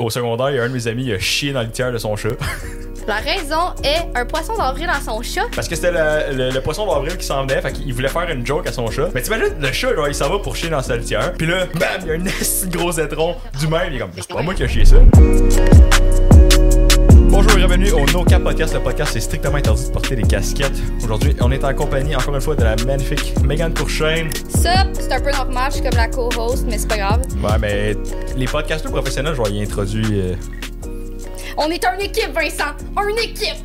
Au secondaire, il y a un de mes amis, il a chié dans le tiers de son chat. La raison est un poisson d'avril dans son chat. Parce que c'était le, le- le poisson d'avril qui s'en venait, fait qu'il voulait faire une joke à son chat. Mais t'imagines, le chat, genre, il s'en va pour chier dans sa litière. Puis là, bam, il y a un esti de gros étron du même. Il est comme, c'est pas moi qui a chié ça. Bonjour et bienvenue au No Cap Podcast. Le podcast, c'est strictement interdit de porter des casquettes. Aujourd'hui, on est en compagnie, encore une fois, de la magnifique Megan Courchaine. Ça, c'est un peu normal, je suis comme la co-host, mais c'est pas grave. Ouais, mais les podcasteurs professionnels, je vais y introduire. euh, On est une équipe, Vincent! Une équipe!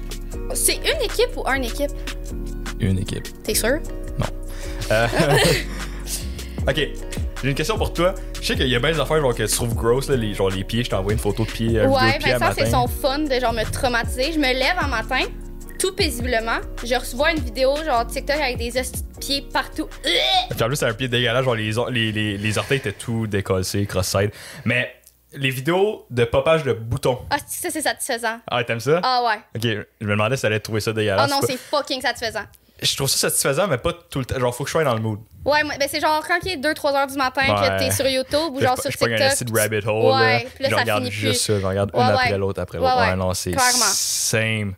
C'est une équipe ou un équipe? une équipe. T'es sûr? Euh, ok, j'ai une question pour toi. Je sais qu'il y a bien des affaires genre, que tu trouves gross, là, les, genre les pieds. Je t'ai envoyé une photo de pied, euh, vidéo ouais, de pied à Vincent, matin. c'est son fun de genre me traumatiser. Je me lève un matin, tout paisiblement. Je reçois une vidéo genre TikTok avec des hosties de pieds partout. Euh! Puis en plus, c'est un pied dégueulasse. Genre, les, or- les, les, les orteils étaient tout décollés, cross-side. Mais les vidéos de popage de boutons. Hostie, ça c'est satisfaisant. Ah, t'aimes ça? Ah ouais. Ok, je me demandais si t'allais trouver ça Oh dégueulasse. non, ou Ah, pas. c'est fucking satisfaisant. Je trouve ça satisfaisant, mais pas tout le temps. Genre, faut que je sois dans le mood. Ouais, moi, ben c'est genre quand il est 2-3 heures du matin Ouais. que t'es sur YouTube ou Là, genre je, sur je pogne un esti TikTok. de rabbit hole. là, Ouais, puis là, je ça regarde finit juste plus. ça. Je regarde Ouais, une après ouais. l'autre après Ouais, l'autre. Ouais, ouais. non, c'est Clairement. same.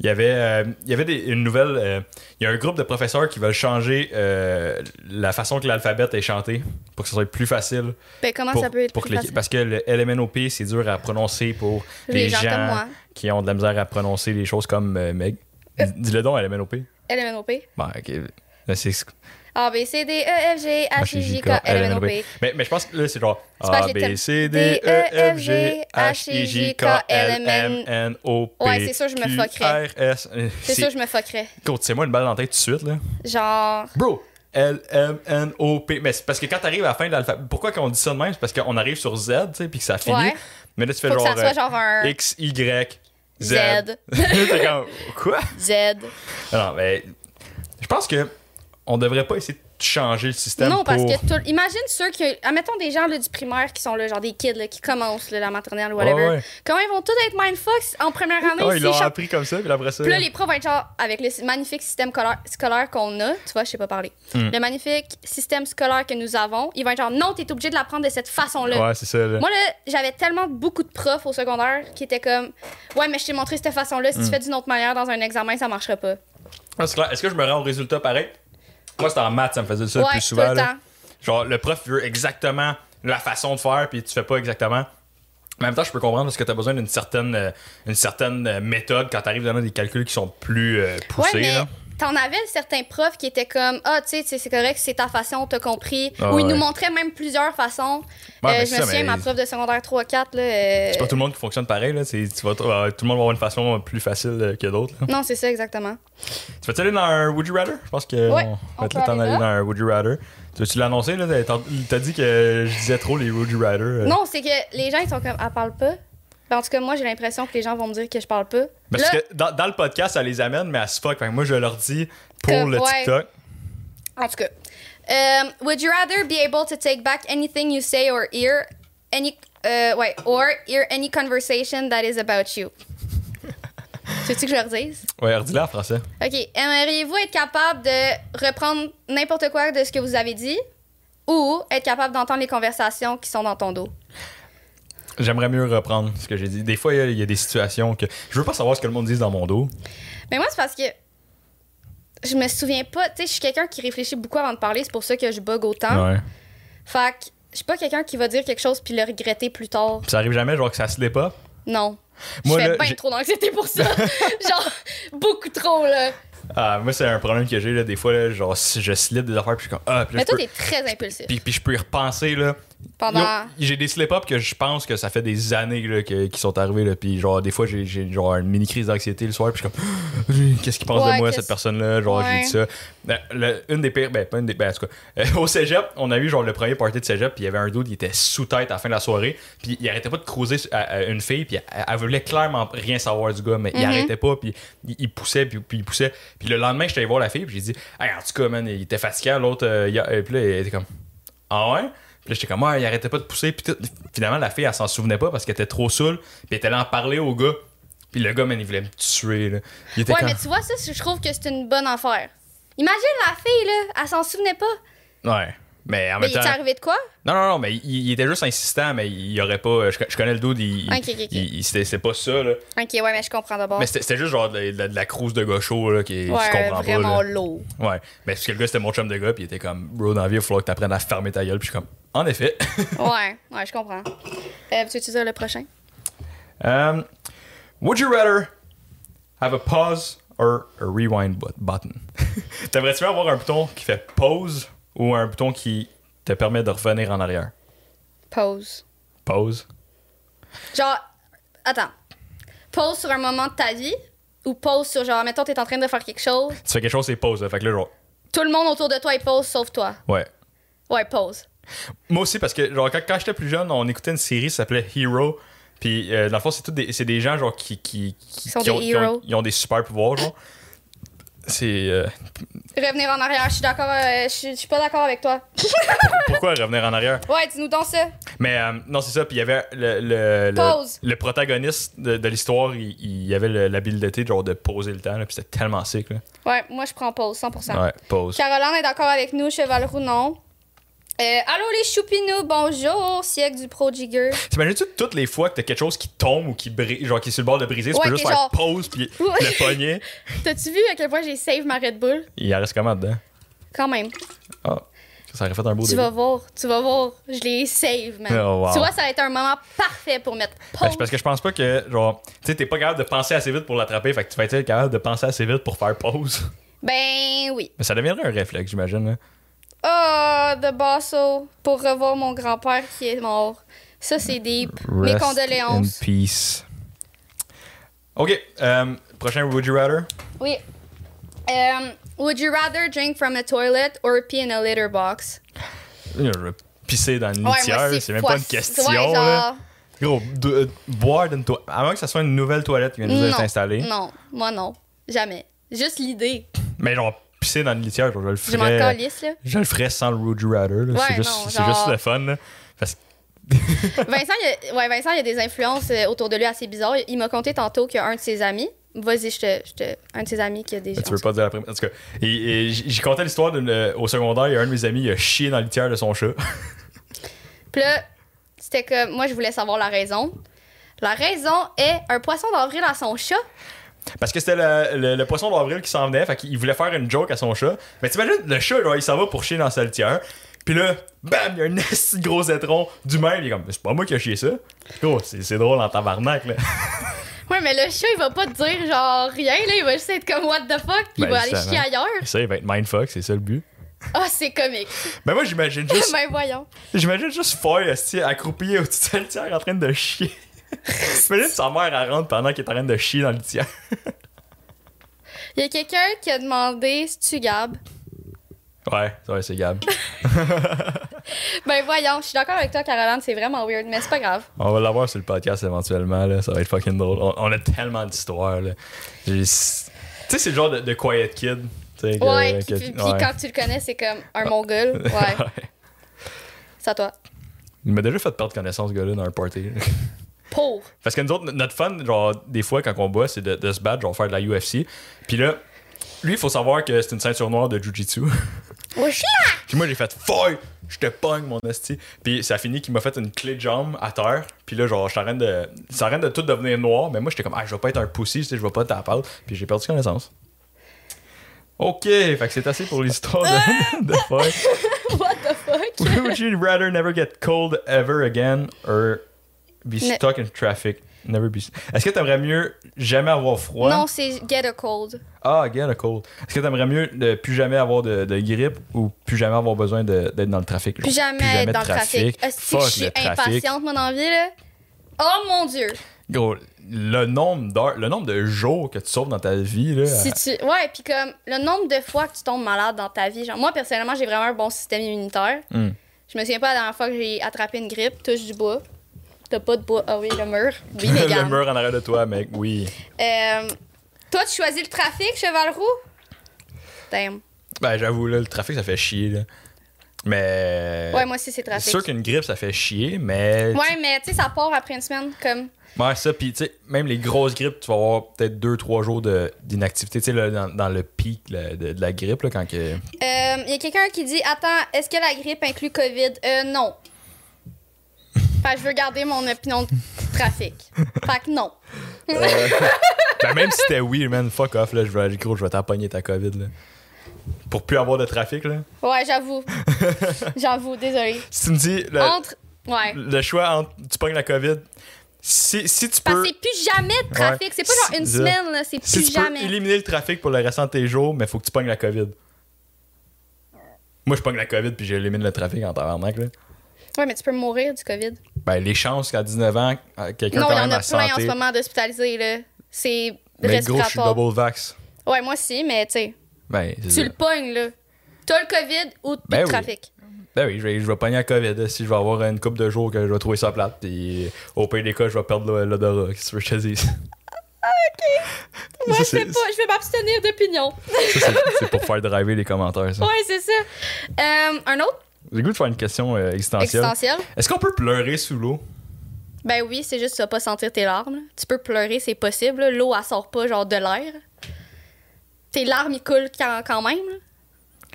Il y avait, euh, il y avait des- une nouvelle. euh, il y a un groupe de professeurs qui veulent changer euh, la façon que l'alphabet est chanté pour que ce soit plus facile. Ben comment pour, ça peut être pour plus que les- facile? Parce que le LMNOP, c'est dur à prononcer pour les, Les gens comme moi. qui ont de la misère à prononcer des choses comme euh, Meg. Dis- Dis-le donc, LMNOP. LMNOP. Bon, Bah, ok. Là, c'est- A, B, C, D, E, F, G, H, I, J, K, L, M, N, O, P. mais, mais je pense que là, c'est genre C'est pas A, que B, t'aimes. C, D, E, F, G, H, I, J, K, L, M, N, O, P. Ouais, c'est sûr, je me Q, fuckerais. R, S. euh, C'est sûr, je me fuckerais. Écoute, c'est moi une balle dans la tête tout de suite, là. Genre. Bro! L, M, N, O, P. Mais c'est parce que quand t'arrives à la fin de l'alphabet, pourquoi qu'on dit ça de même? C'est parce qu'on arrive sur Z, tu sais, puis que ça finit. Ouais. Mais là, tu fais Faut que genre, ça soit euh, genre un X, Y, Z. Z. T'es comme, quoi? Z. Non, mais je pense que on devrait pas essayer de changer le système Non, parce pour... que tout- imagine ceux qui. Admettons des gens là, du primaire qui sont là, genre des kids là, qui commencent là, la maternelle ou whatever. Ouais, ouais. Comment ils vont tous être mindfucks en première année? Ah, si ils l'ont cha- appris comme ça, puis après ça. Puis là, les profs vont être genre, avec le magnifique système scolaire, scolaire qu'on a, tu vois, je sais pas parler. Mm. Le magnifique système scolaire que nous avons, ils vont être genre, non, t'es obligé de l'apprendre de cette façon-là. Ouais, c'est ça. là. Moi, là, j'avais tellement beaucoup de profs au secondaire qui étaient comme, ouais, mais je t'ai montré cette façon-là, si Mm. tu fais d'une autre manière dans un examen, ça marchera pas. Ah, c'est clair. Est-ce que je me rends au résultat pareil? Moi, c'était en maths, ça me faisait ça le ouais, plus souvent. tout le là. temps. Genre, le prof veut exactement la façon de faire, puis tu fais pas exactement. En même temps, je peux comprendre parce que t'as besoin d'une certaine, euh, une certaine euh, méthode quand t'arrives dans des calculs qui sont plus euh, poussés. ouais, mais là. t'en avais certains profs qui étaient comme, ah, tu sais, c'est- c'est correct, c'est ta façon, t'as compris. Ah, Ou ils ouais. nous montraient même plusieurs façons. Ouais, Euh, mais je ça, me souviens, mais ma prof de secondaire 3-4, là. euh, C'est pas tout le monde qui fonctionne pareil. Là. C'est- Tu vas, t- euh, tout le monde va avoir une façon euh, plus facile euh, que d'autres. là. Non, c'est ça, exactement. Tu vas-tu aller dans un Would You Rather? Je pense que Ouais, on va te on peut t'en aller aller là. dans un Would You Rather. Tu veux-tu l'annoncer? là? T'as- T'as dit que je disais trop les Would You Rather. euh. Non, c'est que les gens, ils sont comme, elle parle pas. Ben, en tout cas, moi, j'ai l'impression que les gens vont me dire que je parle pas. Parce Là, que dans, dans le podcast, ça les amène, mais à se fuck. Fait que moi, je leur dis pour Comme, le ouais. TikTok. en tout cas. Um, would you rather be able to take back anything you say or hear any. euh, ouais, or hear any conversation that is about you? tu veux-tu que je le redise? Ouais, redis-le en français. OK. Aimeriez-vous être capable de reprendre n'importe quoi de ce que vous avez dit ou être capable d'entendre les conversations qui sont dans ton dos? J'aimerais mieux reprendre ce que j'ai dit. Des fois, il y a- il y, a des situations que. Je veux pas savoir ce que le monde dit dans mon dos. Mais moi, c'est parce que je me souviens pas. Tu sais, je suis quelqu'un qui réfléchit beaucoup avant de parler. C'est pour ça que je bug autant. Ouais. Fait que je suis pas quelqu'un qui va dire quelque chose puis le regretter plus tard. Puis ça arrive jamais, genre que ça se l'est pas. Non. Moi, je là, fais j'ai- bien trop d'anxiété pour ça. Genre, beaucoup trop, là. Ah, moi, c'est un problème que j'ai, là. Des fois, là, genre, si je slip des affaires, puis je suis comme. Ah, puis là, Mais je toi, peux- t'es très impulsif. puis, puis je peux y repenser, là. Pendant. Yo, J'ai des slip-ups que je pense que ça fait des années là, que- qui sont arrivés. Là, puis genre, des fois, j'ai, j'ai genre une mini crise d'anxiété le soir. Puis je suis comme, qu'est-ce qu'il pense de Ouais, moi, qu'est-ce- cette personne-là? Genre, j'ai Ouais. dit ça. Ben, le- une des pires, ben, pas une des ben, en tout cas, euh, au cégep, on a eu genre le premier party de cégep. Puis il y avait un dude qui était sous tête à la fin de la soirée. Puis il arrêtait pas de croiser une fille. Puis elle, elle voulait clairement rien savoir du gars, mais il Mhm. arrêtait pas. Puis il, il poussait, puis, puis il poussait. Puis le lendemain, j'étais allé voir la fille. Puis j'ai dit, Hey, en tout cas, man, il était fatigué. L'autre, euh, il a- et puis là, il était comme, ah ouais? Puis là, j'étais comme, ah, il arrêtait pas de pousser. Puis tout. finalement, la fille, elle s'en souvenait pas parce qu'elle était trop saoule. Puis elle était allée en parler au gars. Puis le gars, man, il voulait me tuer. Là. Il était Ouais, comme- mais tu vois, ça, je trouve que c'est une bonne affaire. Imagine la fille, là. Elle s'en souvenait pas. Ouais. Ah, Mais en Mais même il est temps. arrivé de quoi? Non, non, non, mais il, il était juste insistant, mais il y aurait pas. Je, je connais le dude, il. Ok, ok, ok. il- il- c'était, c'était pas ça, là. Ok, ouais, mais je comprends d'abord. Mais c'était, c'était juste genre de, la- de la- de la crouse de gaucho, là, qui, qui Ouais, comprend vraiment pas. là. lourd. Ouais. Mais parce que le gars, c'était mon chum de gars, puis il était comme, bro, dans la vie, il va falloir que t'apprennes à fermer ta gueule, puis je suis comme, en effet. Ouais, ouais, je comprends. Euh, tu veux dire le prochain? Um, would you rather have a pause or a rewind but- button? T'aimerais-tu avoir un bouton qui fait pause ou un bouton qui te permet de revenir en arrière? Pause. Pause. Genre, attends. Pause sur un moment de ta vie ou pause sur genre, mettons, t'es en train de faire quelque chose, Tu fais quelque chose, c'est pause. là. Fait que là, genre, tout le monde autour de toi est pause sauf toi. ouais. Ouais, pause. Moi aussi, parce que genre, quand, quand j'étais plus jeune, on écoutait une série qui s'appelait Hero. Puis, euh, dans le fond, c'est, tout des, c'est des gens genre, qui, qui, qui, Ils sont qui des ont, qui ont- heroes. ils ont des super pouvoirs. Genre. C'est, euh, Revenir en arrière, je suis d'accord, euh, je suis- je suis pas d'accord avec toi. pourquoi revenir en arrière? Ouais, dis-nous donc ça. Mais euh, non, c'est ça. Puis il y avait le, le, le- Pause. le protagoniste de, de l'histoire, il, il avait le- l'habileté genre, de poser le temps. là, puis c'était tellement sick. Là. Ouais, moi je prends pause, 100%. Ouais, pause. Caroline est d'accord avec nous, Cheval Roux, non. Euh, allô les choupinous, bonjour, siècle du pro jigger. T'imagines-tu toutes les fois que t'as quelque chose qui tombe ou qui brise, genre qui est sur le bord de briser, tu Ouais, peux juste t'es faire genre- pause puis Ouais. le pogner. T'as-tu vu à quel point j'ai save ma Red Bull? Il en reste comment dedans? Quand même. Ah, ça aurait fait un beau Tu début. vas voir, tu vas voir. Je l'ai save, man. Oh, wow. Tu vois, ça a été un moment parfait pour mettre Ben, pause. c'est parce que je pense pas que, genre, tu sais, t'es pas capable de penser assez vite pour l'attraper, fait que tu vas être capable de penser assez vite pour faire pause. Ben oui. Mais ça deviendrait un réflexe, j'imagine. là. Oh, The Basso, pour revoir mon grand-père qui est mort. Ça, c'est deep. Mes Rest condoléances. In peace. Ok, euh, prochain Would You Rather. Oui. Um, would you rather drink from a toilet or pee in a litter box? Je vais pisser dans une Ouais, litière, moi, c'est même fois- pas une question. Ouais, genre, là. Gros, de- euh, boire d'une toilette. À moins que ça soit une nouvelle toilette qui vient juste non, d'être installée. Non, moi non. Jamais. Juste l'idée. Mais genre, pisser dans une litière, genre, je le Je m'en ferais. calisse, là. Je le ferais sans le Would You Rather. là. Ouais, c'est juste, non, c'est juste genre- le fun. là. Parce que Vincent, il a, ouais, Vincent, il y a des influences euh, autour de lui assez bizarres. Il m'a conté tantôt qu'il y a un de ses amis. Vas-y, je te, je te- Un de ses amis qui a des. Ah, tu veux pas dire après. En tout cas, et, et j- j'ai conté l'histoire d'une. euh, Au secondaire, il y a un de mes amis, il a chié dans la litière de son chat. Puis là, c'était que moi, je voulais savoir la raison. La raison est un poisson d'avril à son chat. Parce que c'était le, le- le poisson d'avril qui s'en venait, fait qu'il voulait faire une joke à son chat. Mais t'imagines, le chat, genre, il s'en va pour chier dans sa litière. Puis là, bam, il y a un esti de gros étron du même. Il est comme, c'est pas moi qui a chié ça. Gros, c'est c'est drôle en tabarnak, là. Ouais, mais le chat, il va pas te dire genre rien, là. Il va juste être comme what the fuck, puis il Ben, va aller justement. chier ailleurs. Ça, il va être mindfuck, c'est ça le but. Ah, c'est comique. Mais moi, j'imagine juste, ben voyons. j'imagine juste Foy, esti, accroupi au-dessus de sa litière en train de chier. Imagine sa mère, elle rentre pendant qu'il est en train de chier dans le litière. Il y a quelqu'un qui a demandé si tu Gab. Ouais, ouais, c'est Gab. Ben voyons, je suis d'accord avec toi, Caroline, c'est vraiment weird, mais c'est pas grave. On va l'avoir sur le podcast éventuellement, là. ça va être fucking drôle. On, on a tellement d'histoires. là. J'ai- Tu sais, c'est le genre de, de Quiet Kid. tu sais, que- Ouais, que- puis, puis ouais. quand tu le connais, c'est comme un mongol. Ouais, Ouais. c'est à toi. Il m'a déjà fait perdre connaissance, ce gars-là, dans un party. Pour. Parce que nous autres, notre fun, genre, des fois, quand on boit, c'est de, de se battre, genre, faire de la UFC. Puis là, lui, il faut savoir que c'est une ceinture noire de Jiu-Jitsu. Puis moi, j'ai fait Foy! Je te pogne, mon esti. Puis ça a fini qu'il m'a fait une clé de jambe à terre. Puis là, genre, je suis en train de. Ça arrête de tout devenir noir. Mais moi, j'étais comme, ah, je vais pas être un pussy, tu sais, je vais pas taper. Puis j'ai perdu connaissance. Ok, fait que c'est assez pour l'histoire de, de Foy. Euh. What the fuck? Would you rather never get cold ever again or be Ne- stuck in traffic? Never be. Est-ce que t'aimerais mieux jamais avoir froid? Non, c'est get a cold. Ah, get a cold. Est-ce que t'aimerais mieux de plus jamais avoir de, de grippe ou plus jamais avoir besoin de- d'être dans le trafic? Plus jamais, de être dans le trafic. Est-ce que Fuck je suis le trafic. impatiente, mon envie, là? Oh mon dieu! Gros, le nombre d'heures, le nombre de jours que tu sauves dans ta vie, là. euh, Si tu... Ouais, puis comme le nombre de fois que tu tombes malade dans ta vie, genre moi personnellement, j'ai vraiment un bon système immunitaire. Hmm. Je me souviens pas la dernière fois que j'ai attrapé une grippe, touche du bois. T'as pas de bois. Ah oui, le mur. Oui, les gars. le mur en arrière de toi, mec, oui. Euh, toi, tu choisis le trafic, cheval roux? Damn. Ben, j'avoue, là, le trafic, ça fait chier, là. Mais. Ouais, moi aussi, c'est trafic. C'est sûr qu'une grippe, ça fait chier, mais. Ouais, mais tu sais, ça part après une semaine. Comme. Ouais, ça. Puis, tu sais, même les grosses grippes, tu vas avoir peut-être 2-3 jours de- d'inactivité. Tu sais, là, dans, dans le pic là, de, de la grippe, là, quand que. Il euh, y a quelqu'un qui dit Attends, est-ce que la grippe inclut COVID Euh, non. Fait que je veux garder mon opinion de trafic. Fait que non. Ben, même si t'es oui, man, fuck off, là, je vais, gros, je vais t'empoigner ta COVID, là. Pour plus avoir de trafic, là. Ouais, j'avoue. j'avoue, désolé. Si tu me dis le, Entre. Ouais. Euh, le choix entre tu pognes la COVID, si, si tu Parce peux. que c'est plus jamais de trafic. Ouais. C'est pas genre une C'est- semaine, là. C'est Si plus tu jamais. peux éliminer le trafic pour le restant de tes jours, mais faut que tu pognes la COVID. Moi, je pogne la COVID puis j'élimine le trafic en tabarnak, là. Ouais, mais tu peux mourir du COVID. Ben, les chances qu'à 19 ans, euh, quelqu'un Non, il quand y même en a à plein en ce santé. moment d'hospitalisés, là. C'est Mais gros, je suis respiratoire. double vax. ouais, moi aussi, mais tu sais, Ben, c'est tu ça. le pognes, là. T'as le COVID ou t'as Ben le oui. trafic. Ben oui, je vais, je vais pogner la COVID là, si je vais avoir une coupe de jours que je vais trouver ça plate. Puis au pire des cas, je vais perdre l'o- l'odorat. Qu'est-ce que je te dis? Moi, je Ça, sais c'est- pas, je vais m'abstenir d'opinion. ça, c'est- c'est pour faire driver les commentaires, ça. Ouais, c'est ça. Euh, un autre J'ai le goût de faire une question euh, existentielle. existentiel. Est-ce qu'on peut pleurer sous l'eau? Ben oui, c'est juste tu vas pas sentir tes larmes. là. Tu peux pleurer, c'est possible. là. L'eau, elle sort pas genre de l'air. Tes larmes, ils coulent quand, quand même. là.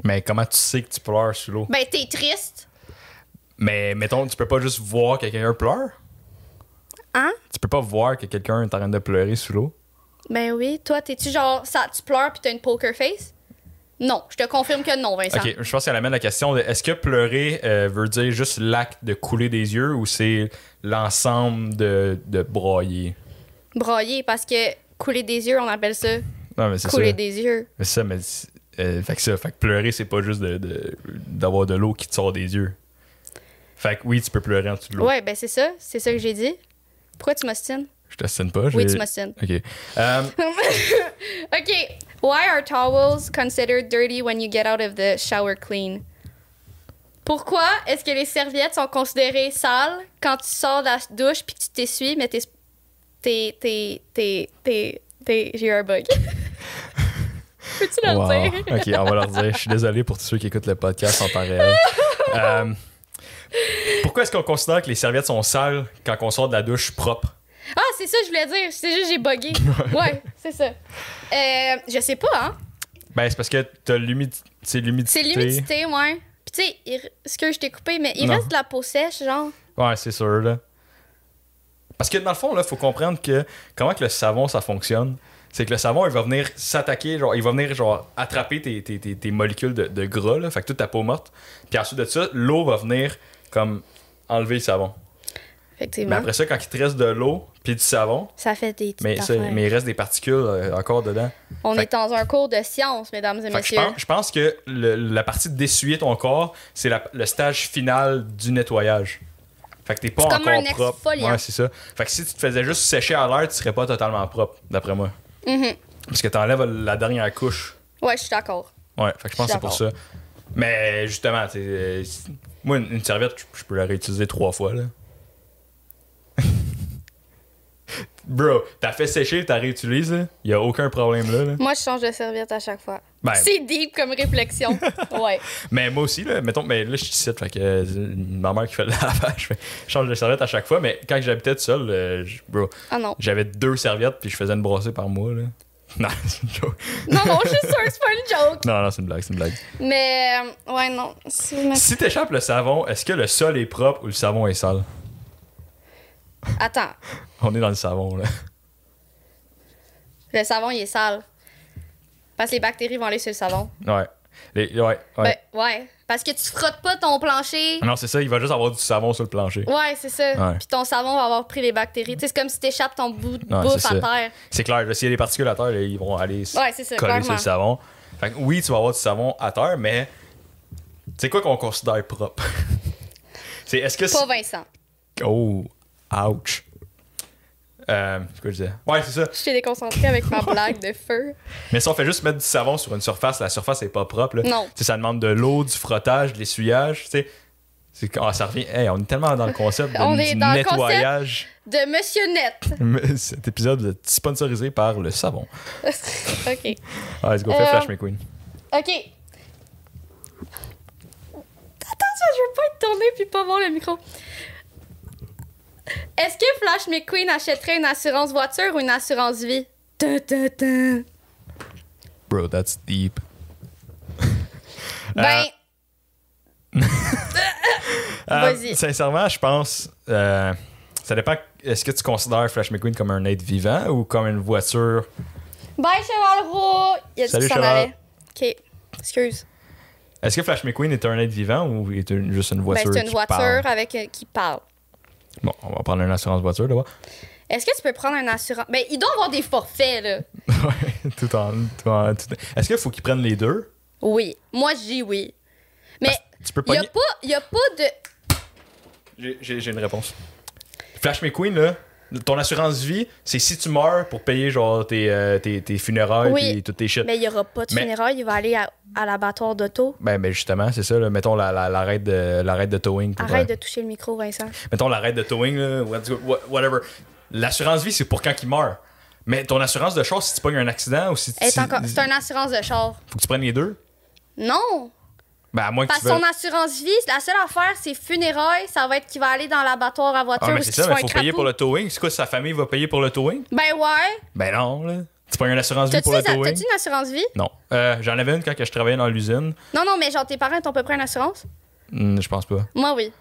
Mais comment tu sais que tu pleures sous l'eau? Ben, t'es triste. Mais mettons, tu peux pas juste voir que quelqu'un pleure? Hein? Tu peux pas voir que quelqu'un est en train de pleurer sous l'eau? Ben oui. Toi, t'es-tu genre, ça, tu pleures puis t'as une poker face? Non, je te confirme que non, Vincent. Ok, je pense qu'elle amène la question de est-ce que pleurer euh, veut dire juste l'acte de couler des yeux ou c'est l'ensemble de, de broyer? Broyer, parce que couler des yeux, on appelle ça Non, mais c'est ça. couler des yeux. Mais ça, mais. c'est- euh, fait que ça, fait que pleurer, c'est pas juste de- de- d'avoir de, l'eau qui te sort des yeux. Fait que oui, tu peux pleurer en dessous de l'eau. Ouais, ben c'est ça, c'est ça que j'ai dit. Pourquoi tu m'ostines? Je t'assine pas. je Oui, vais- tu m'ostines. Ok. Euh, OK. Why are towels considered dirty when you get out of the shower clean? Pourquoi est-ce que les serviettes sont considérées sales quand tu sors de la douche puis que tu t'essuies, mais t'es... T'es... T'es... T'es... T'es... t'es- J'ai eu un bug. Peux-tu le wow. dire? Ok, on va leur dire. Je suis désolé pour tous ceux qui écoutent le podcast en temps réel. Euh, pourquoi est-ce qu'on considère que les serviettes sont sales quand on sort de la douche propre? Ah, c'est ça que je voulais dire. C'est juste j'ai bugué. ouais, c'est ça. Euh, je sais pas, hein. Ben, c'est parce que t'as l'humidité. C'est l'humidité. C'est l'humidité, ouais. Puis tu sais, il- ce que je t'ai coupé, mais il Non. reste de la peau sèche, genre. Ouais, c'est sûr, là. Parce que dans le fond, là, faut comprendre que comment que le savon, ça fonctionne. C'est que le savon, il va venir s'attaquer, genre, il va venir, genre, attraper tes, tes- tes- tes molécules de, de gras, là, fait que toute ta peau morte. Puis ensuite de ça, l'eau va venir, comme, enlever le savon. Mais Effectivement. Ben après ça, quand il te reste de l'eau, puis du savon, Ça fait des petites mais, ça- affaires. mais il reste des particules euh, encore dedans. On Fait- est dans un cours de science, mesdames et Fait que je messieurs. pense, je pense que le- la partie d'essuyer ton corps, c'est la- le stage final du nettoyage. Fait que t'es pas C'est encore comme un propre. exfoliant. Ouais, c'est ça. Fait que si tu te faisais juste sécher à l'air, tu serais pas totalement propre, d'après moi. Parce que t'enlèves la dernière couche. Mhm. Ouais, je suis d'accord. Ouais, fait que je pense Je que suis c'est pour ça. Mais justement, t'sais, euh, c'est- moi, une, une serviette, je, je peux la réutiliser trois fois, là. Bro, t'as fait sécher, t'as réutilisé, là. Y a aucun problème là. là. Moi, je change de serviette à chaque fois. Ben- C'est deep comme réflexion. ouais. Mais moi aussi, là, mettons, mais là, je suis ici, fait que euh, ma mère qui fait le lavage, je fais- je change de serviette à chaque fois, mais quand j'habitais tout seul, euh, je- bro, Ah non. j'avais deux serviettes puis je faisais une brossée par mois, là. Non, c'est une joke. Non, non, je suis sûre que c'est pas une joke. Non, non, c'est une blague, c'est une blague. Mais, euh, ouais, non. Si je me- Si t'échappes le savon, est-ce que le sol est propre ou le savon est sale? Attends, On est dans le savon, là. le savon, il est sale. Parce que les bactéries vont aller sur le savon. Ouais. Les- ouais, ouais. Ben, ouais. Parce que tu frottes pas ton plancher. Non, c'est ça, il va juste avoir du savon sur le plancher. Ouais, c'est ça. Ouais. Puis ton savon va avoir pris les bactéries. Tu sais, c'est comme si t'échappes ton bout de Ouais, bouffe c'est ça. à terre. C'est clair, là, s'il y a des particules à terre, là, ils vont aller se Ouais, c'est ça, coller sur clairement. le savon. Fait que oui, tu vas avoir du savon à terre, mais c'est quoi qu'on considère propre? c'est est-ce que Pas c'est... Vincent. Oh, ouch. Euh, c'est quoi je disais? Ouais, c'est ça. Je t'ai déconcentré avec ma blague de feu. Mais si on fait juste mettre du savon sur une surface, la surface n'est pas propre. là. Non. Tu sais, ça demande de l'eau, du frottage, de l'essuyage. tu sais. C'est ah, ça revient. Hey, on est tellement dans le concept de, On est du dans le concept. nettoyage. De Monsieur Net. Mais Cet épisode est sponsorisé par le savon. OK. Ah, let's go, fais Euh, Flash McQueen. OK. Attention, je veux pas être tournée puis pas voir le micro. Est-ce que Flash McQueen achèterait une assurance voiture ou une assurance vie? Dun, dun, Euh, dun. Bro, that's deep. Ben, Euh, Vas-y. Sincèrement, je pense. euh, ça dépend. Est-ce que tu considères Flash McQueen comme un être vivant ou comme une voiture bye Cheval Roux! Il a dit Salut, qu'il s'en Cheval. allait. Ok, excuse. Ben, Est-ce que Flash McQueen est un être vivant ou est une- juste une Ben, voiture c'est une qui voiture parle? avec euh, qui parle. Bon, on va prendre une assurance voiture d'abord. Est-ce que tu peux prendre un assurance? Ben, il doit avoir des forfaits, là. ouais, tout en. tout en- tout en- Est-ce qu'il faut qu'ils prennent les deux Oui. Moi, je dis oui. Mais Tu peux il n'y a, pogner- pas- y a pas de. J'ai- J'ai j'ai une réponse. Flash McQueen, là, ton assurance vie, c'est si tu meurs pour payer genre tes, euh, tes, tes funérailles Oui. puis toutes tes shit. Mais il n'y aura pas de Mais- funérailles. Il va aller à, à l'abattoir d'auto. Ben, ben justement, c'est ça, là, mettons la- la- l'arrêt de, l'arrête de towing. pour, Arrête euh, de toucher le micro, Vincent. Mettons l'arrêt de towing, là, what's- what- whatever. L'assurance vie, c'est pour quand il meurt. Mais ton assurance de char, si tu pognes un accident ou si tu. Elle est si- encore- C'est une assurance de char. Faut que tu prennes les deux. Non! Ben, à moins que Parce tu que veuilles- son assurance vie, la seule affaire, c'est funérailles. Ça va être qu'il va aller dans l'abattoir à voiture Ah, mais ou c'est qu'il ça, se mais fait faut un payer pour crapaud. le towing. C'est quoi, sa famille va payer pour le towing? Ben ouais. Ben non, là. Tu pognes une assurance vie T'as-tu pour le des- towing? t'as-tu une assurance vie? Non. Euh, J'en avais une quand que je travaillais dans l'usine. Non, non, mais genre, tes parents t'ont à peu près une assurance? Hmm, je pense pas. Moi, oui.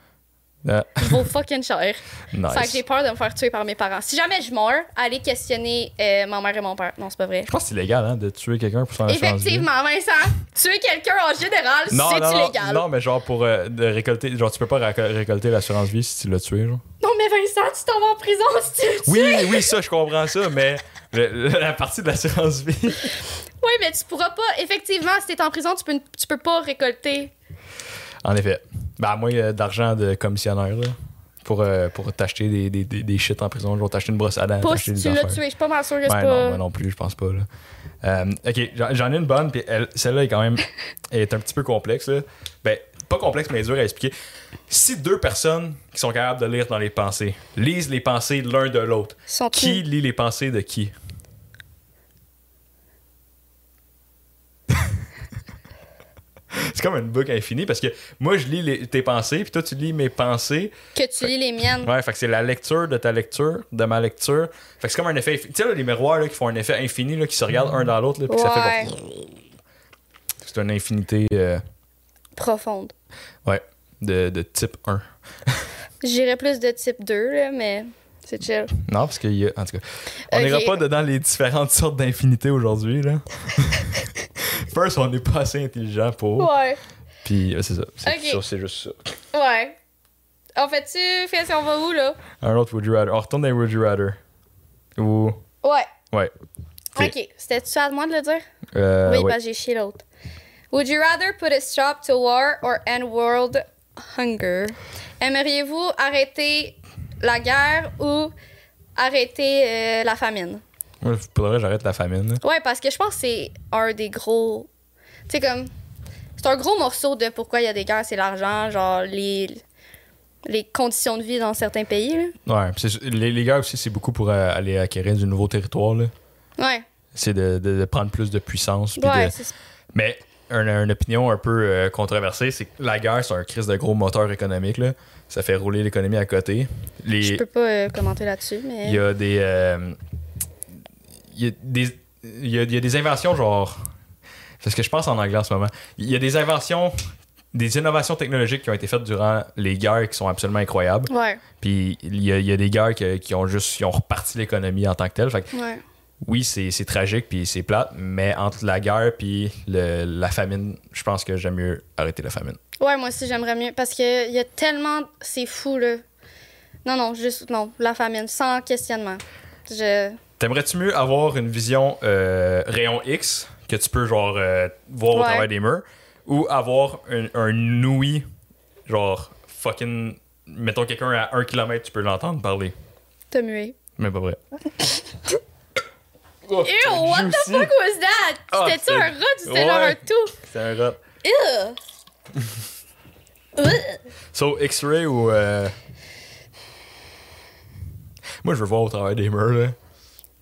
Euh, Je vaux fucking cher. Fait que nice. j'ai peur de me faire tuer par mes parents. Si jamais je meurs, allez questionner euh, ma mère et mon père. Non, c'est pas vrai. Je pense que c'est légal hein, de tuer quelqu'un pour son assurance vie. Effectivement, Vincent, tuer quelqu'un en général, c'est Non, non, non, illégal. Non. non, mais genre pour euh, de récolter, genre tu peux pas raco- récolter l'assurance vie si tu l'as tué, genre. mais Vincent, tu t'en vas en prison si tu le tues. Oui, oui, ça, je comprends ça, mais le- la partie de l'assurance vie. Oui, mais tu pourras pas. Effectivement, si t'es en prison, tu peux, tu peux pas récolter. En effet. Ben, à moins euh, d'argent de commissionnaire, là. Pour, euh, pour t'acheter des, des, des, des shit en prison, genre t'acheter une brosse à dents, Pas t'acheter des si tu l'as affaires. tué. Je suis pas mal sûre que c'est Ben non, pas. moi non plus, je pense pas. Là. Euh, ok, j'en- j'en ai une bonne, puis elle- celle-là est quand même elle est un petit peu complexe. Là. Ben, pas complexe, mais dure à expliquer. Si deux personnes qui sont capables de lire dans les pensées lisent les pensées l'un de l'autre, Sont qui lit les pensées de qui C'est comme une boucle infinie parce que moi je lis les- tes pensées, puis toi tu lis mes pensées, Que tu lis les miennes. Ouais, fait que c'est la lecture de ta lecture, de ma lecture. Fait que c'est comme un effet. Tu sais, là, les miroirs là, qui font un effet infini, là, qui se regardent un dans l'autre, là, puis que ça fait. Ouais. comme- C'est une infinité euh, Profonde. ouais, de, de type 1. J'irais plus de type 2, là, mais c'est chill. Non, parce qu'il y a. En tout cas, on Ok. n'ira pas dedans les différentes sortes d'infinité aujourd'hui. là. First, on n'est pas assez intelligent pour. Ouais. Puis euh, c'est ça. C'est Ok. ça, c'est juste ça. Ouais. En fait, tu fais on va où, là? Un autre Would You Rather. On retourne dans les Would You Rather. Ou. Ouais. Ouais. Ok. C'était-tu à moi de le dire? Euh, oui, ouais. parce que j'ai chié l'autre. Would you rather put a stop to war or end world hunger? Aimeriez-vous arrêter la guerre ou arrêter euh, la famine? Moi, Pour le vrai, j'arrête la famine. là. Ouais, parce que je pense que c'est un des gros. Tu sais, comme. C'est un gros morceau de pourquoi il y a des guerres, c'est l'argent, genre les, les conditions de vie dans certains pays. Là. Ouais, pis c'est- les, les gars aussi, c'est beaucoup pour euh, aller acquérir du nouveau territoire. là. Ouais, C'est de, de- de prendre plus de puissance. pis ouais, de- c'est ça. Mais un- une opinion un peu euh, controversée, c'est que la guerre, c'est un crise de gros moteur économique. là. Ça fait rouler l'économie à côté. Les- Je peux pas euh, commenter là-dessus, mais. Il y a des. euh, Il y a des. Il y a, il y a des inventions, genre. C'est ce que je pense en anglais en ce moment. Il y a des inventions, des innovations technologiques qui ont été faites durant les guerres qui sont absolument incroyables. Ouais, Puis il y a, il y a des guerres que- qui ont juste qui ont reparti l'économie en tant que telle. Fait que ouais. oui, c'est c'est tragique puis c'est plate, mais entre la guerre puis le- la famine, je pense que j'aime mieux arrêter la famine. Ouais, moi aussi, j'aimerais mieux. Parce qu'il y a tellement. C'est fou, là. Non, non, juste. Non, la famine, sans questionnement. Je. T'aimerais-tu mieux avoir une vision euh, rayon X que tu peux genre euh, voir au Ouais. travers des murs ou avoir un, un ouïe genre fucking mettons quelqu'un à un kilomètre, tu peux l'entendre parler. T'as mué. Mais pas vrai. Ew, what the fuck was that? Ah, C'était-tu c'est- un rat ou c'était Ouais. genre un tout? C'est un rat. Ew! Ugh. So, X-ray ou. euh, Moi, je veux voir au travers des murs, là.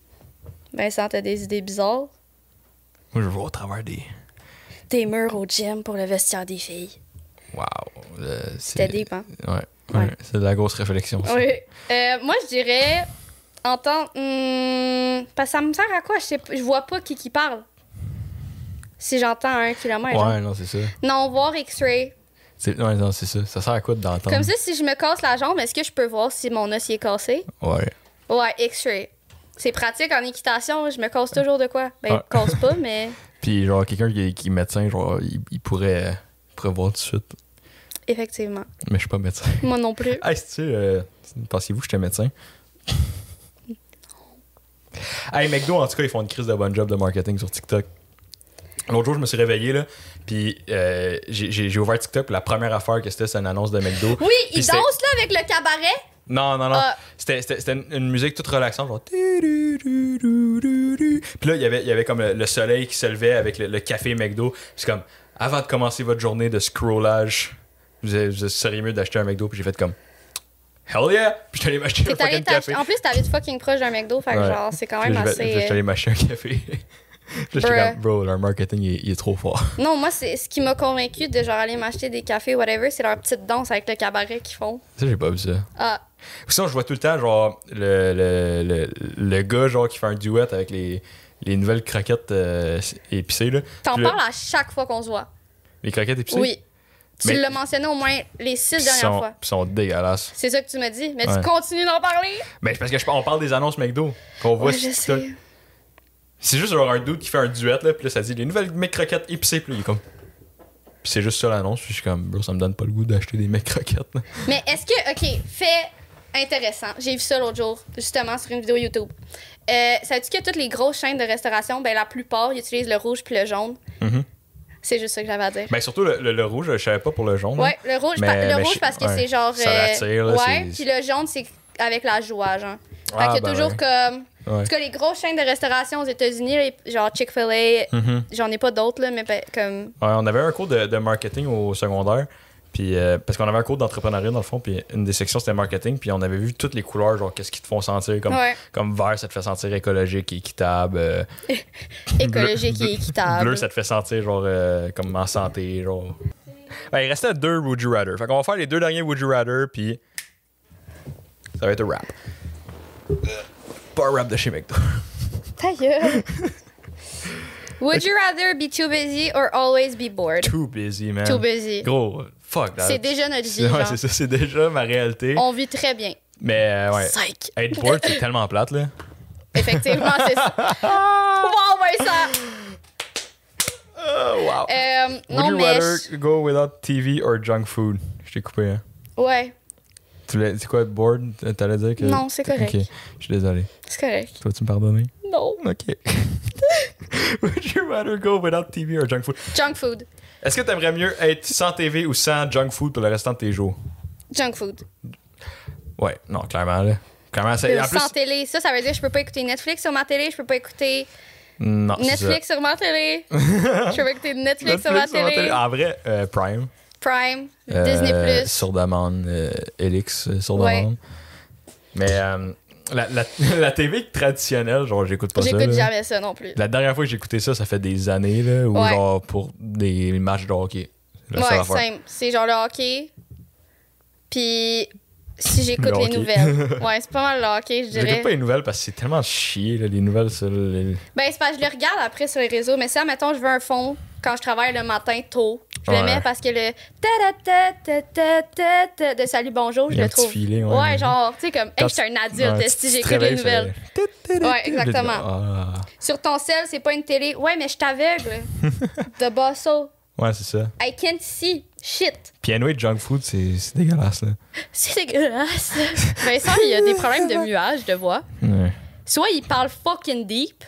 Vincent, t'as des idées bizarres? Moi, je veux voir au travers des. Des murs au gym pour le vestiaire des filles. Wow. euh, C'était c'est- deep, hein? Ouais. Ouais. Ouais, C'est de la grosse réflexion. ça. Oui. Euh, moi, je dirais, en tant. hmm, parce que ça me sert à quoi? Je, sais, pas- je vois pas qui qui parle. Si j'entends à un kilomètre. genre. Ouais, non, c'est ça. Non, voir X-ray. C'est- Ouais, non, c'est ça. Ça sert à quoi d'entendre? Comme ça, si je me casse la jambe, est-ce que je peux voir si mon os y est cassé? Ouais. Ouais, X-ray. C'est pratique en équitation, je me casse toujours de quoi? Ben, Ouais. casse pas, mais Puis, genre, quelqu'un qui, est- qui est médecin, genre, il, il pourrait, euh, pourrait voir tout de suite. effectivement. Mais je suis pas médecin. Moi non plus. Ah, si tu pensiez-vous que j'étais médecin? hey, McDo, en tout cas, ils font une crise de bon job de marketing sur TikTok. L'autre jour, je me suis réveillé, là, puis euh, j'ai- j'ai j'ai ouvert TikTok, puis la première affaire que c'était, c'est une annonce de McDo. Oui, Puis ils dansent c'était- là avec le cabaret. Non, non, non. Ah. C'était- C'était c'était une- une musique toute relaxante, genre. tu-ru-ru-ru-ru. Puis là, il y avait- il y avait comme le, le soleil qui se levait avec le, le café McDo. C'est comme, avant de commencer votre journée de scrollage, vous, avez- vous seriez mieux d'acheter un McDo. Puis j'ai fait comme, hell yeah! Puis je suis allé m'acheter un T'es allé fucking t'acheter- café. En plus, t'habites fucking proche d'un McDo, fait que Ouais. genre, c'est quand Puis même là, je vais- assez. Je suis euh, allé m'acheter un café. Puis là, j'étais comme, bro, leur marketing, il, est- il est trop fort. Non, moi, c'est ce qui m'a convaincu de genre aller m'acheter des cafés, whatever, c'est leur petite danse avec le cabaret qu'ils font. Ça, j'ai pas vu ça. Ah, Sinon, je vois tout le temps, genre, le, le, le, le gars, genre, qui fait un duet avec les, les nouvelles croquettes euh, épicées, là. t'en Puis là, parles à chaque fois qu'on se voit. Les croquettes épicées? Oui. Tu Mais- l'as mentionné au moins les six Puis dernières sont, fois. puis sont dégueulasses. C'est ça que tu me dis, mais Ouais. tu continues d'en parler. Mais Ben, c'est parce que je- on parle des annonces McDo qu'on voit Ouais, sur je TikTok. sais. C'est juste genre un dude qui fait un duet là, puis là ça dit les nouvelles mecs croquettes épicées, puis là, il est comme puis c'est juste ça l'annonce, puis je suis comme bro, ça me donne pas le goût d'acheter des mecs croquettes. là. Mais est-ce que, ok, fait intéressant. J'ai vu ça l'autre jour, justement, sur une vidéo YouTube. Euh, Savais-tu que toutes les grosses chaînes de restauration, ben la plupart, ils utilisent le rouge puis le jaune? Mhm. C'est juste ça que j'avais à dire. Ben surtout le, le- le rouge, je savais pas pour le jaune. là. Ouais, le rouge, Mais- pa- le mais rouge je- parce que ouais. c'est genre. Ça euh, l'attire, là, ouais, c'est- puis le jaune, c'est avec la joie, genre. Fait Ah, qu'il y a ben toujours ouais. comme. En Ouais. tout cas, les grosses chaînes de restauration aux États-Unis, les- genre Chick-fil-A, Mhm. j'en ai pas d'autres, là, mais ben, comme. Ouais, on avait un cours de, de marketing au secondaire. Puis, euh, parce qu'on avait un cours d'entrepreneuriat dans le fond, puis une des sections c'était marketing, puis on avait vu toutes les couleurs, genre qu'est-ce qui te font sentir, comme, Ouais. comme vert ça te fait sentir écologique, équitable, euh, Écologique bleu- et équitable. bleu ça te fait sentir genre euh, comme en santé, genre. Ben, il restait deux Would You Rather, fait qu'on va faire les deux derniers Would You Rather, puis ça va être un rap. Euh, Pas un rap de chez McDo. Ta gueule. Would you rather be too busy or always be bored? Too busy, man. Too busy. Gros, fuck. that. C'est déjà notre vie. Ouais, genre. c'est ça, c'est déjà ma réalité. On vit très bien. Mais euh, ouais. Psych. Être bored, c'est tellement plate, là. Effectivement, c'est ça. wow, ben ça. Oh, wow. Euh, Would non, you mais. rather go without TV or junk food? Je t'ai coupé, hein. Ouais, Tu voulais- C'est quoi, être bored? T'allais dire que... Non, c'est correct. OK, je suis désolé. c'est correct. Tu vas-tu me pardonner? Non. OK. Would you rather go without TV or junk food? Junk food. Est-ce que t'aimerais mieux être sans TV ou sans junk food pour le restant de tes jours? Junk food. Ouais, non, clairement, là. Clairement, c'est... En plus... Euh, Sans télé. Ça, ça veut dire que je peux pas écouter Netflix sur ma télé, je peux pas écouter Non, Ah, c'est ça. Netflix sur ma télé. je peux pas écouter Netflix, sur ma Netflix télé. En vrai, euh, Prime. Prime, Euh, Disney+. Plus. Sur demande, euh, Elix, euh, sur Ouais. demande. Mais euh, la, la, la TV traditionnelle, genre, j'écoute pas ça. là. J'écoute jamais ça non plus. La dernière fois que j'ai écouté ça, ça fait des années, là, ou Ouais. genre pour des matchs de hockey. C'est la seule Ouais, affaire. simple. C'est genre le hockey. Puis si j'écoute Le les hockey. nouvelles. Ouais, c'est pas mal le hockey, je dirais. J'écoute pas les nouvelles parce que c'est tellement chier, là, les nouvelles sur les- Ben, c'est pas, je le regarde après sur les réseaux, mais ça, mettons, je veux un fond quand je travaille le matin tôt. Je le Ouais. mets parce que le ta ta ta ta ta ta de salut bonjour, Il je y a le un petit trouve. feeling, ouais. ouais. genre, tu sais, comme, hey, Quand je suis un Ouais, adulte, tu- si tu j'écoute travailles, les nouvelles. ça- Ouais, exactement. Ah. Sur ton cell, c'est pas une télé. Ouais, mais je t'aveugle. The basso. Ouais, c'est ça. I can't see. Shit. Puis anyway, junk food, c'est c'est dégueulasse, là. C'est dégueulasse. Vincent, il a des problèmes de muage de voix. Ouais. Soit il parle fucking deep,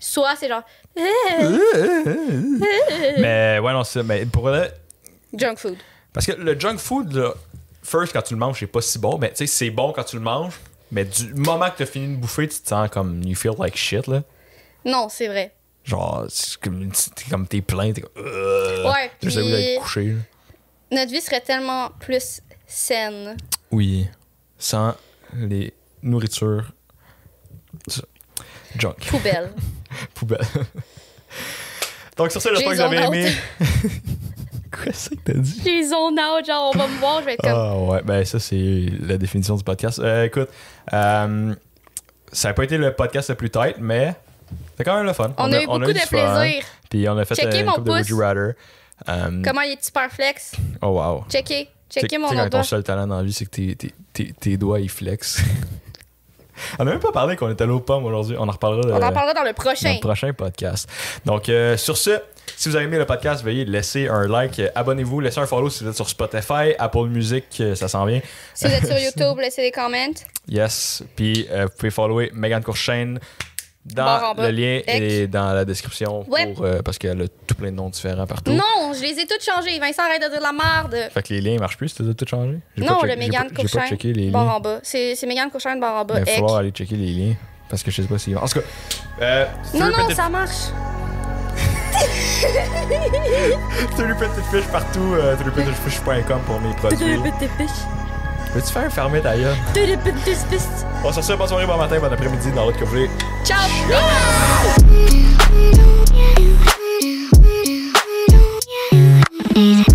soit c'est genre mais ouais, non, c'est ça. Mais pour vrai, junk food. Parce que le junk food, là, first, quand tu le manges, c'est pas si bon, mais tu sais, c'est bon quand tu le manges, mais du moment que t'as fini de bouffer, tu te sens comme you feel like shit, là. Non, c'est vrai. Genre, c'est comme t'es, comme t'es plein, t'es comme. euh, Ouais, t'as juste le goût puis- d'être couché, là. Notre vie serait tellement plus saine. Oui. Sans les nourritures. Ça. Junk. Poubelle. Poubelle. Donc, sur ça, j'espère que vous J'ai avez zone aimé. Qu'est-ce que t'as dit? J'ai zone out, genre, on va me voir, je vais être comme. Ah ouais, ben ça, c'est la définition du podcast. Euh, écoute, euh, ça n'a pas été le podcast le plus tight, mais c'est quand même le fun. On, a, eu beaucoup du de fun. plaisir. Puis on a fait Checkez euh, une mon couple de Would pouce. You Rather. Euh, Comment il est super flex. oh wow. Checkez. Checkez Tu sais- mon tu sais, quand autre doigt. ton seul talent dans la vie, c'est que tes, tes, tes, tes doigts, ils flexent. on n'a même pas parlé qu'on est allé aux pommes aujourd'hui. On en reparlera On le- en parlera dans le dans prochain. le prochain podcast. Donc, euh, sur ce, si vous avez aimé le podcast, veuillez laisser un like, euh, abonnez-vous, laissez un follow si vous êtes sur Spotify, Apple Music, euh, ça s'en vient. Si vous êtes sur YouTube, laissez des comments. Yes. Puis euh, vous pouvez follower Megan Courchaine Barre en dans bas. le lien et dans la description Ouais. pour, euh, parce qu'elle a tout plein de noms différents partout. Non, je les ai toutes changées. Vincent, arrête de dire de la merde. Fait que les liens ils marchent plus, tu les as tout changé? Non, pas le check- j'ai Mégane pas- J'ai pas Courchain, checké les barre liens. en bas. C'est c'est Mégane Courchain, barre en bas. Il va Ec. falloir aller checker les liens parce que je sais pas si. En tout cas, euh, Non, Three non, Petite- ça marche. Three Petite Fish partout, euh, threepetitefish.com pour mes produits. Peux-tu faire fermer d'ailleurs? Bon, sur ce, bonne soirée, bon matin, bon après-midi, dans l'autre que vous voulez. Ciao. Yeah.